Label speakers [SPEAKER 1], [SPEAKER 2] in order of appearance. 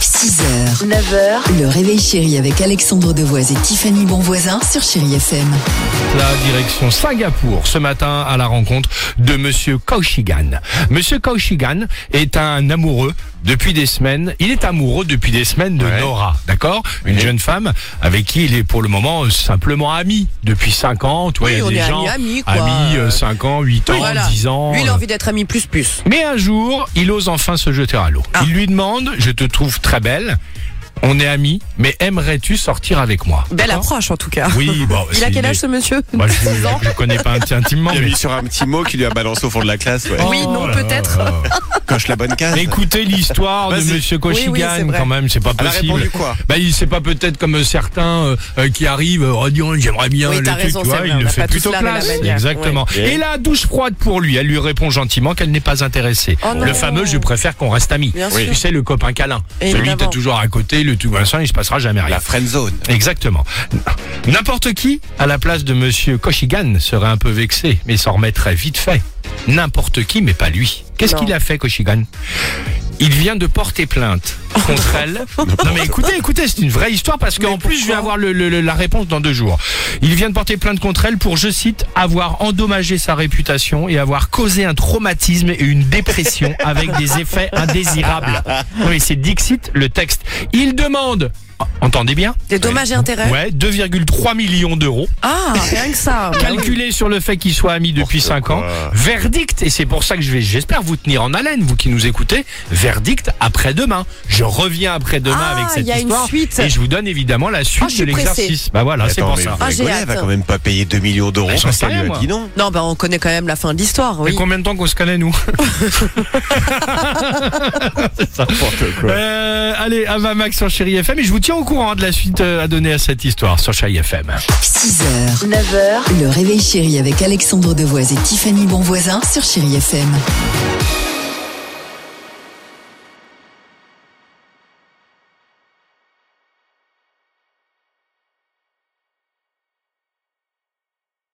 [SPEAKER 1] 6h,
[SPEAKER 2] 9h,
[SPEAKER 1] le réveil chéri avec Alexandre Devoise et Tiffany Bonvoisin sur Chéri FM.
[SPEAKER 3] La direction Singapour ce matin à la rencontre de Monsieur Kaushigan. Monsieur Kaushigan est un amoureux depuis des semaines. Il est amoureux depuis des semaines de Nora, d'accord Une jeune femme avec qui il est pour le moment euh, simplement ami depuis 5 ans. Tu vois,
[SPEAKER 2] Oui,
[SPEAKER 3] il y a
[SPEAKER 2] on
[SPEAKER 3] des
[SPEAKER 2] est
[SPEAKER 3] gens
[SPEAKER 2] amis, amis, quoi.
[SPEAKER 3] 5 ans, 8 ans,
[SPEAKER 2] Voilà.
[SPEAKER 3] 10 ans.
[SPEAKER 2] Lui, il a
[SPEAKER 3] euh,
[SPEAKER 2] envie d'être ami plus plus.
[SPEAKER 3] mais un jour, il ose enfin se jeter à
[SPEAKER 2] Ah.
[SPEAKER 3] l'eau. Il lui demande, je te trouve très belle, on est amis, mais aimerais-tu sortir avec moi
[SPEAKER 2] Belle
[SPEAKER 3] D'accord
[SPEAKER 2] approche en tout cas.
[SPEAKER 3] Oui, bon.
[SPEAKER 2] Il a
[SPEAKER 3] c'est
[SPEAKER 2] quel
[SPEAKER 3] des-
[SPEAKER 2] âge ce monsieur
[SPEAKER 3] Moi, je, je connais pas inti- intimement,
[SPEAKER 4] Il a
[SPEAKER 3] mais...
[SPEAKER 4] mis sur un petit mot qui lui a balancé au fond de la classe. Ouais.
[SPEAKER 2] Oui, non,
[SPEAKER 3] Oh là
[SPEAKER 2] peut-être.
[SPEAKER 3] là là.
[SPEAKER 4] Coche la bonne case.
[SPEAKER 3] Écoutez l'histoire de
[SPEAKER 4] Vas-y.
[SPEAKER 3] Monsieur
[SPEAKER 2] oui, c'est
[SPEAKER 3] Kochigan
[SPEAKER 2] vrai.
[SPEAKER 3] quand même, c'est pas
[SPEAKER 4] Elle a
[SPEAKER 3] possible.
[SPEAKER 4] répondu quoi
[SPEAKER 3] bah, il sait pas peut-être comme certains euh, euh, qui arrivent, euh, oh, dis donc, j'aimerais bien
[SPEAKER 2] Oui,
[SPEAKER 3] le
[SPEAKER 2] t'as
[SPEAKER 3] truc,
[SPEAKER 2] raison,
[SPEAKER 3] tu vois,
[SPEAKER 2] c'est vrai,
[SPEAKER 3] il
[SPEAKER 2] on
[SPEAKER 3] le
[SPEAKER 2] n'a
[SPEAKER 3] fait
[SPEAKER 2] pas
[SPEAKER 3] plutôt
[SPEAKER 2] tous la même
[SPEAKER 3] classe.
[SPEAKER 2] manière,
[SPEAKER 3] Exactement. Et là, douche froide pour lui, elle lui répond gentiment qu'elle n'est pas intéressée.
[SPEAKER 2] Oh non.
[SPEAKER 3] le fameux, je préfère qu'on reste amis.
[SPEAKER 2] Bien
[SPEAKER 3] Oui.
[SPEAKER 2] sûr.
[SPEAKER 3] Tu sais, le copain câlin.
[SPEAKER 2] Et
[SPEAKER 3] Celui,
[SPEAKER 2] évidemment.
[SPEAKER 3] t'es toujours à côté, le tout machin, il se passera jamais rien.
[SPEAKER 4] La friend zone.
[SPEAKER 3] Exactement. N'importe qui, à la place de Monsieur Koshigan, serait un peu vexé, mais s'en remettrait vite fait. N'importe qui, mais pas lui. Qu'est-ce
[SPEAKER 2] Non.
[SPEAKER 3] qu'il a fait, Koshigan Il vient de porter plainte contre elle. Non mais écoutez, écoutez, c'est une vraie histoire parce qu'en plus je vais avoir le- le- le- la réponse dans deux jours. Il vient de porter plainte contre elle pour, je cite, avoir endommagé sa réputation et avoir causé un traumatisme et une dépression avec des effets indésirables. Non mais c'est Dixit le texte. Il demande, entendez bien,
[SPEAKER 2] Des dommages et intérêts
[SPEAKER 3] Ouais, 2,3 millions d'euros.
[SPEAKER 2] Ah, Oh, rien que ça.
[SPEAKER 3] Calculé sur le fait qu'ils soient amis depuis 5 ans. Verdict, et c'est pour ça que je vais, j'espère vous tenir en haleine, vous qui nous écoutez. Verdict après-demain. Je reviens après-demain
[SPEAKER 2] Ah,
[SPEAKER 3] avec cette
[SPEAKER 2] il y a une
[SPEAKER 3] histoire.
[SPEAKER 2] suite.
[SPEAKER 3] Et je vous donne évidemment la suite
[SPEAKER 2] Ah, je
[SPEAKER 3] de
[SPEAKER 2] suis pressée.
[SPEAKER 3] l'exercice. Bah voilà, c'est
[SPEAKER 4] Attends,
[SPEAKER 3] pour
[SPEAKER 4] mais
[SPEAKER 3] ça.
[SPEAKER 4] vous
[SPEAKER 2] Ah, j'ai
[SPEAKER 4] rigolez,
[SPEAKER 2] hâte.
[SPEAKER 4] Elle va quand même pas payer 2 millions d'euros
[SPEAKER 3] Bah, j'en
[SPEAKER 4] parce
[SPEAKER 3] sais
[SPEAKER 4] qu'elle
[SPEAKER 3] rien,
[SPEAKER 4] lui
[SPEAKER 3] moi.
[SPEAKER 4] a dit non.
[SPEAKER 2] Non, bah on connaît quand même la fin de l'histoire,
[SPEAKER 3] Et
[SPEAKER 2] oui.
[SPEAKER 3] combien de temps qu'on se connaît, nous C'est ça. Euh, Allez, Avamax sur Chéri FM. Et je vous tiens au courant de la suite euh, à donner à cette histoire sur Chéri FM.
[SPEAKER 1] 6h,
[SPEAKER 2] 9h,
[SPEAKER 1] le réveil chéri avec Alexandre Devoise et Tiffany Bonvoisin sur Chéri FM.